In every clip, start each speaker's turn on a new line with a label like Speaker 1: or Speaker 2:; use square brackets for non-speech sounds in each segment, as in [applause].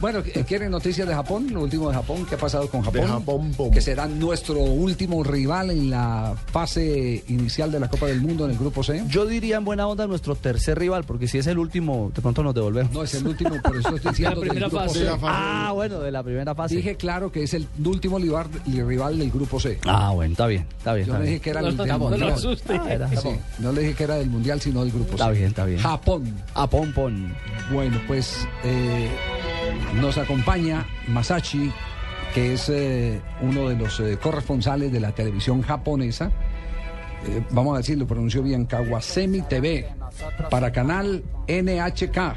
Speaker 1: Bueno, ¿qu- ¿quieren noticias de Japón? Lo último de Japón, ¿qué ha pasado con Japón?
Speaker 2: De Japón, pum.
Speaker 1: Que será nuestro último rival en la fase inicial de la Copa del Mundo en el grupo C.
Speaker 3: Yo diría en buena onda nuestro tercer rival, porque si es el último, de pronto nos devolvemos.
Speaker 1: No es el último, por eso estoy diciendo. del
Speaker 4: primera
Speaker 1: grupo
Speaker 4: fase.
Speaker 1: C.
Speaker 2: La fase-
Speaker 3: Ah, bueno, de la primera fase.
Speaker 1: Dije claro que es el último rival, el rival del grupo C.
Speaker 3: Ah, bueno, está bien, está bien.
Speaker 1: Yo
Speaker 3: Está
Speaker 1: no dije
Speaker 3: bien.
Speaker 1: que era
Speaker 4: No,
Speaker 1: el
Speaker 4: no,
Speaker 1: del
Speaker 4: no lo
Speaker 1: mundial.
Speaker 4: asuste.
Speaker 3: Ah, era
Speaker 1: Sí, no le dije que era del mundial, sino del grupo
Speaker 3: Está
Speaker 1: C.
Speaker 3: bien, está bien.
Speaker 1: Japón.
Speaker 3: A pon pon.
Speaker 1: Bueno, pues eh, nos acompaña Masachi, que es eh, uno de los eh, corresponsales de la televisión japonesa. Eh, vamos a decir, lo pronunció bien, Kawasemi TV, para canal NHK,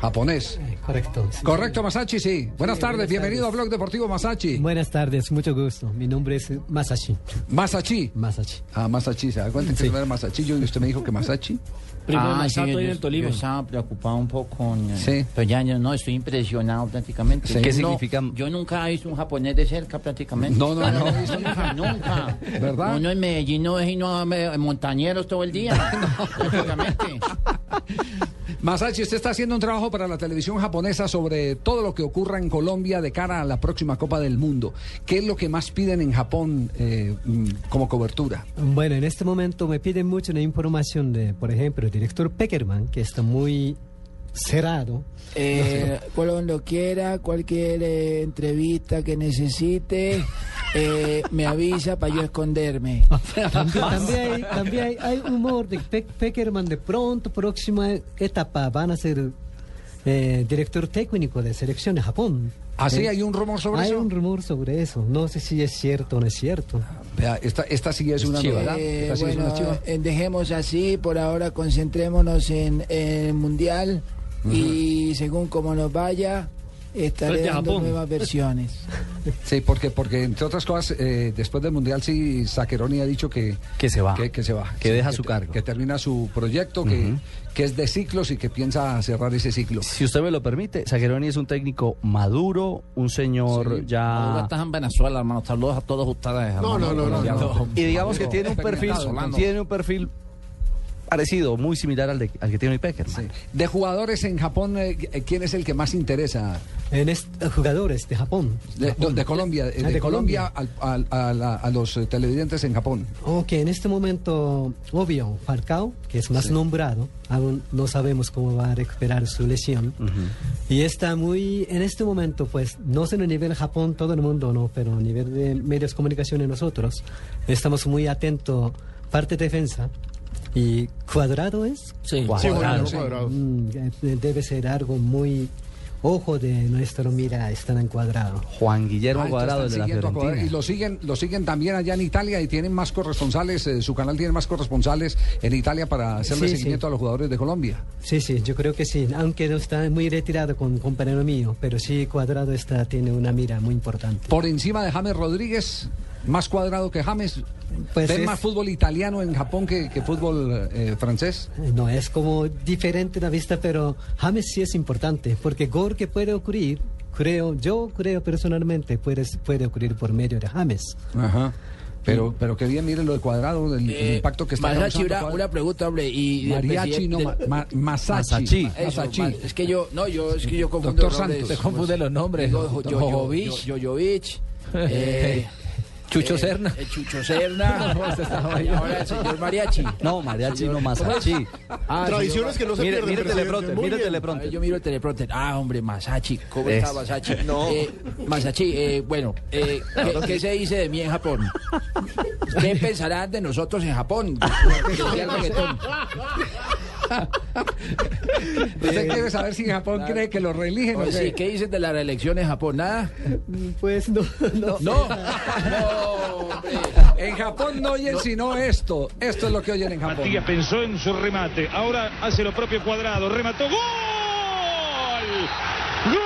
Speaker 1: japonés.
Speaker 5: Correcto.
Speaker 1: Correcto, Masachi, sí. Buenas tardes, bienvenido a Blog Deportivo Masachi.
Speaker 5: Buenas tardes, mucho gusto. Mi nombre es Masashi.
Speaker 1: Masachi.
Speaker 5: Masashi.
Speaker 1: Ah, Masachi, ¿se da cuenta que no era Masachi? Yo, y usted me dijo que Masachi.
Speaker 4: Primero en
Speaker 6: Ah, sí,
Speaker 4: Masato
Speaker 6: yo,
Speaker 4: y en el Tolima.
Speaker 6: yo estaba preocupado un poco. con-
Speaker 1: Sí.
Speaker 6: Pero ya yo no, estoy impresionado prácticamente.
Speaker 3: ¿Qué
Speaker 6: Yo no-
Speaker 3: significa?
Speaker 6: Yo nunca he visto un japonés de cerca prácticamente.
Speaker 1: No, no, no.
Speaker 6: Nunca, nunca.
Speaker 1: [laughs] ¿Verdad?
Speaker 6: Uno en Medellín no es sino eh, montañeros todo el
Speaker 1: [laughs]
Speaker 6: día. prácticamente.
Speaker 1: Masachi, usted está haciendo un trabajo para la televisión japonesa sobre todo lo que ocurra en Colombia de cara a la próxima Copa del Mundo. ¿Qué es lo que más piden en Japón eh, mm, como cobertura?
Speaker 5: Bueno, en este momento me piden mucho la información de, por ejemplo, el director Peckerman, que está muy cerrado.
Speaker 7: Eh, cuando quiera, cualquier eh, entrevista que necesite, eh, me avisa para
Speaker 6: [laughs]
Speaker 7: yo esconderme.
Speaker 5: También,
Speaker 4: [laughs]
Speaker 5: también hay, también hay- hay humor de Pe- Peckerman de pronto, próxima etapa, van a ser eh, director técnico de selección de Japón.
Speaker 1: ¿Así
Speaker 5: Eh,
Speaker 1: Ah, hay un rumor sobre
Speaker 5: hay
Speaker 1: eso?
Speaker 5: un rumor sobre eso. No sé si es cierto o no es cierto.
Speaker 1: Vea, esta, esta sí es una
Speaker 7: Eh,
Speaker 1: novedad. Esta sí es
Speaker 7: bueno,
Speaker 1: una chiva.
Speaker 7: eh, dejemos así, por ahora concentrémonos en, en el mundial y según como nos vaya, estaré
Speaker 4: Frente a
Speaker 7: dando
Speaker 4: Japón.
Speaker 7: nuevas versiones.
Speaker 1: Sí, porque, porque entre otras cosas, eh, después del Mundial sí, Saqueroni ha dicho que,
Speaker 3: Que se va.
Speaker 1: Que, que se va.
Speaker 3: Que
Speaker 1: Sí,
Speaker 3: deja su
Speaker 1: te-
Speaker 3: cargo.
Speaker 1: Que termina su proyecto, que, que es de ciclos y que piensa cerrar ese ciclo.
Speaker 3: Si usted me lo permite, Sageroni es un técnico maduro, un señor
Speaker 6: Ahora
Speaker 3: ya...
Speaker 6: estás en Venezuela, hermano. Saludos a todos ustedes.
Speaker 2: No, no, no, no, no.
Speaker 3: Y digamos que tiene un perfil,
Speaker 1: experimentado,
Speaker 6: Solano.
Speaker 3: tiene un perfil parecido, muy similar al, de- al que tiene el Peckerman.
Speaker 1: De jugadores en Japón, eh, ¿quién es el que más interesa?
Speaker 5: En est- eh, jugadores de Japón.
Speaker 1: De, no, de Colombia, eh, de,
Speaker 5: Ah, de
Speaker 1: Colombia, al- al- a, la- a los eh, televidentes en Japón.
Speaker 5: Ok, en este momento, obvio, Falcao, que es más nombrado, aún no sabemos cómo va a recuperar su lesión. Y está muy, en este momento, pues, no sé en el nivel Japón, todo el mundo no, pero a nivel de medios de comunicación nosotros, estamos muy atentos, parte defensa. ¿Y cuadrado es?
Speaker 6: Sí.
Speaker 2: Sí,
Speaker 3: Cuadrado.
Speaker 2: Cuadrado, cuadrado.
Speaker 5: Mm, eh, debe ser algo muy... Ojo de nuestro mira, están en cuadrado.
Speaker 3: Juan Guillermo
Speaker 1: Ah, entonces
Speaker 3: Cuadrado, el
Speaker 1: están
Speaker 3: de la
Speaker 1: siguiendo a Cuadrado.
Speaker 3: Fiorentina.
Speaker 1: Y lo siguen, lo siguen también allá en Italia y tienen más corresponsales, eh, su canal tiene más corresponsales en Italia para hacerle
Speaker 5: Sí, sí.
Speaker 1: seguimiento a los jugadores de Colombia.
Speaker 5: Sí, sí, yo creo que sí, aunque no está muy retirado con un compañero mío, pero sí Cuadrado está, tiene una mira muy importante.
Speaker 1: Por encima de James Rodríguez, más cuadrado que James.
Speaker 5: Pues
Speaker 1: ¿Ven
Speaker 5: es-
Speaker 1: más fútbol italiano en Japón que, que fútbol eh, francés?
Speaker 5: No es como diferente la vista, pero James sí es importante, porque gol que puede ocurrir, creo, yo creo personalmente, puede, puede ocurrir por medio de James.
Speaker 1: Ajá. Pero, pero qué bien, miren lo de cuadrado, [laughs] el, el
Speaker 7: Eh,
Speaker 1: impacto que está
Speaker 7: Masachi,
Speaker 1: causando
Speaker 7: una,
Speaker 1: Cuadrado.
Speaker 7: una pregunta, hombre. Y del
Speaker 1: Mariachi, no,
Speaker 7: presidente-
Speaker 1: ma- ma- Masachi.
Speaker 3: Masachi.
Speaker 7: Eso,
Speaker 1: Masachi.
Speaker 7: ma- es que yo, no, yo, es que yo confundo
Speaker 1: Doctor
Speaker 7: los nombres.
Speaker 1: Santos. Te
Speaker 7: confunde los nombres. Jojovic. Jojovic.
Speaker 1: [laughs]
Speaker 7: eh,
Speaker 3: Chucho
Speaker 7: eh,
Speaker 3: Serna.
Speaker 7: eh, Chucho Serna. y ahora el señor Mariachi.
Speaker 3: No, Mariachi no, Masachi.
Speaker 7: Ah,
Speaker 2: Tradiciones
Speaker 7: señor-
Speaker 2: que no se pierden.
Speaker 3: Mire, mire el
Speaker 2: presidente.
Speaker 3: teleprompter,
Speaker 2: Muy bien.
Speaker 3: mire el
Speaker 7: A ver,
Speaker 3: teleprompter.
Speaker 7: yo miro el teleprompter. Ah, hombre, Masachi. ¿Cómo está
Speaker 3: Es.
Speaker 7: Masachi? [laughs] No. Masachi, eh, bueno, eh, [laughs] ¿qué, qué se dice de mí en [laughs] Japón? ¿Qué pensarán de nosotros en Japón? Decía
Speaker 1: [laughs]
Speaker 7: el reggaetón.
Speaker 1: Usted quiere Pues saber si en Japón cree que lo reeligen o
Speaker 7: Oye, Pues sí,
Speaker 1: qué.
Speaker 7: ¿Qué dices de la reelección en Japón? ¿Nada?
Speaker 5: Pues no, [laughs] no.
Speaker 7: No. [laughs] No, hombre.
Speaker 1: En Japón no oyen sino esto. Esto es lo que oyen en Japón.
Speaker 8: Matías pensó en su remate. Ahora hace lo propio cuadrado. Remató. ¡Gol! ¡Gol!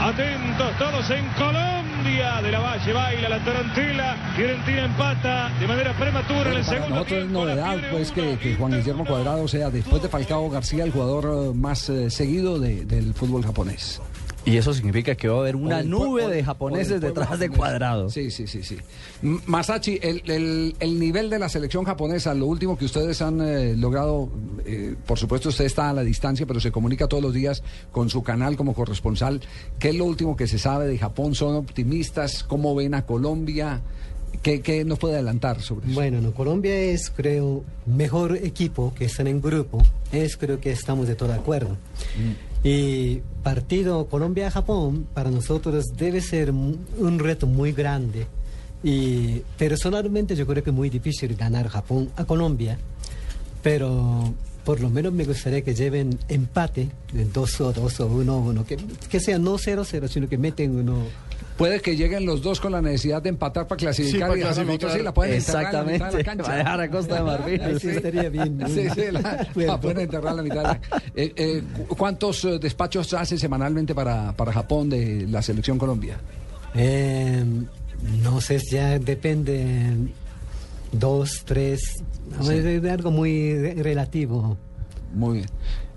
Speaker 8: atentos todos en Colombia. De la Valle baila la Tarantela. Fiorentina empata de manera prematura en
Speaker 1: Para
Speaker 8: el segundo
Speaker 1: nosotros es
Speaker 8: tiempo. La
Speaker 1: novedad
Speaker 8: fiebre
Speaker 1: pues
Speaker 8: una,
Speaker 1: que, que Juan
Speaker 8: Inter
Speaker 1: Guillermo
Speaker 8: uno.
Speaker 1: Cuadrado sea después de Falcao García el jugador eh, más eh, seguido de- del fútbol japonés.
Speaker 3: Y eso significa que va a haber una
Speaker 1: O del
Speaker 3: nube
Speaker 1: pue- o-
Speaker 3: de
Speaker 1: o
Speaker 3: japoneses
Speaker 1: del pueblo
Speaker 3: detrás de
Speaker 1: japonés.
Speaker 3: cuadrado.
Speaker 1: Sí, sí, sí, sí. M- Masachi, el, el- el nivel de la selección japonesa, lo último que ustedes han eh, logrado, eh, por supuesto usted está a la distancia, pero se comunica todos los días con su canal como corresponsal. ¿Qué es lo último que se sabe de Japón? ¿Son optimistas? ¿Cómo ven a Colombia? ¿Qué, qué nos puede adelantar sobre eso?
Speaker 5: Bueno, no, Colombia es, creo, mejor equipo que están en grupo. Es, creo que estamos de todo acuerdo. Y partido Colombia-Japón para nosotros debe ser mu- un reto muy grande. Y personalmente yo creo que es muy difícil ganar Japón a Colombia. Pero por lo menos me gustaría que lleven empate de 2 o 2 o 1 o 1. Que, que sea no 0-0, sino que meten uno.
Speaker 1: Puede que lleguen los dos con la necesidad de empatar para clasificar
Speaker 2: Sí, para
Speaker 1: y dejar a los otros,
Speaker 2: clasificar.
Speaker 1: sí, la pueden enterrar en la mitad de
Speaker 3: Exactamente.
Speaker 1: la cancha.
Speaker 3: [laughs] Va a dejar a Costa de
Speaker 5: [laughs] Ahí
Speaker 3: Marfil.
Speaker 5: sí estaría bien.
Speaker 1: [laughs] Sí, sí, la,
Speaker 5: Acuerdo.
Speaker 1: la pueden enterrar en la mitad. de la- Eh, eh, cu- ¿Cuántos eh, despachos hace semanalmente para, para Japón de la selección Colombia?
Speaker 5: Eh, no sé, ya depende. Dos, tres. no,
Speaker 1: Sí.
Speaker 5: es- Es algo muy re- relativo.
Speaker 1: Muy bien.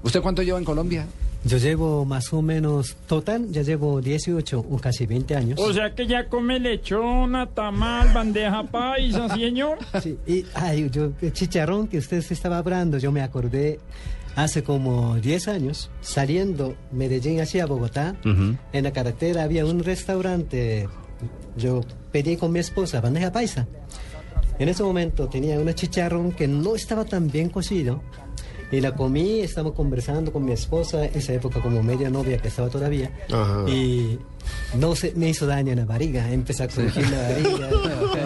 Speaker 1: ¿Usted cuánto lleva en Colombia?
Speaker 5: Yo llevo más o menos, total, ya llevo 18 o casi 20 años.
Speaker 4: O sea que ya come lechona, tamal, bandeja paisa, señor.
Speaker 5: Sí, y ay, yo, el chicharrón que usted se estaba hablando, yo me acordé hace como 10 años, saliendo Medellín hacia Bogotá, en la carretera había un restaurante, yo pedí con mi esposa bandeja paisa. En ese momento tenía un chicharrón que no estaba tan bien cocido y la comí, estamos conversando con mi esposa, esa época como media novia que estaba todavía,
Speaker 2: Ajá.
Speaker 5: y no se, me hizo daño en la barriga, empecé a crujir la barriga. y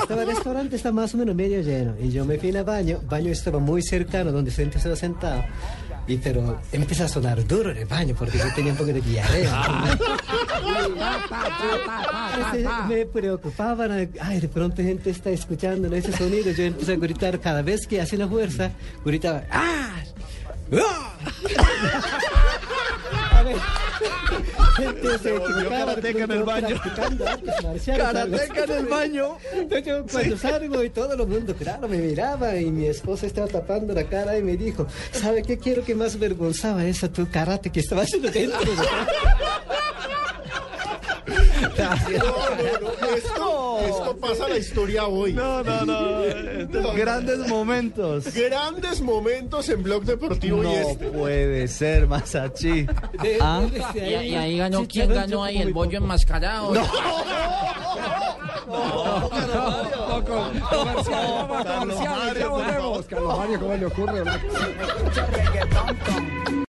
Speaker 5: estaba el restaurante, estaba más o menos medio lleno, y yo me fui al baño, baño estaba muy cercano donde se estaba sentado. Y pero empieza a sonar duro en el baño porque yo tenía un poco de diarrea. Entonces, Ah, me preocupaba, era, ay, de pronto gente está escuchando ese sonido. Yo empecé a gritar cada vez que hacía la fuerza, gritaba, ¡ah! ¡Ah! A ver, gente se equivocaba, de
Speaker 3: karateca en el
Speaker 5: pronto
Speaker 3: baño. [laughs]
Speaker 5: practicando artes marciales,
Speaker 3: Karateca en
Speaker 5: algo
Speaker 3: el
Speaker 5: así.
Speaker 3: baño.
Speaker 5: Entonces yo cuando salgo y todo el mundo, claro, me miraba y mi esposa estaba tapando la cara y me dijo, ¿sabe qué quiero que más vergonzaba esa tu karate que estaba haciendo dentro?
Speaker 2: Esto, esto pasa a la historia hoy.
Speaker 3: No, no, no. Grandes momentos.
Speaker 2: este Grandes momentos en Blog Deportivo y
Speaker 3: No
Speaker 2: este.
Speaker 3: puede ser, Masachi.
Speaker 5: De-
Speaker 3: Ah.
Speaker 5: desde
Speaker 6: Y, y ahí ganó, ¿quién
Speaker 5: Chicharrón
Speaker 6: ganó
Speaker 5: yo
Speaker 6: ahí?
Speaker 5: como
Speaker 6: El
Speaker 5: muy
Speaker 6: bollo
Speaker 5: poco.
Speaker 6: enmascarado.
Speaker 1: Carlos Mario, ¿cómo le ocurre?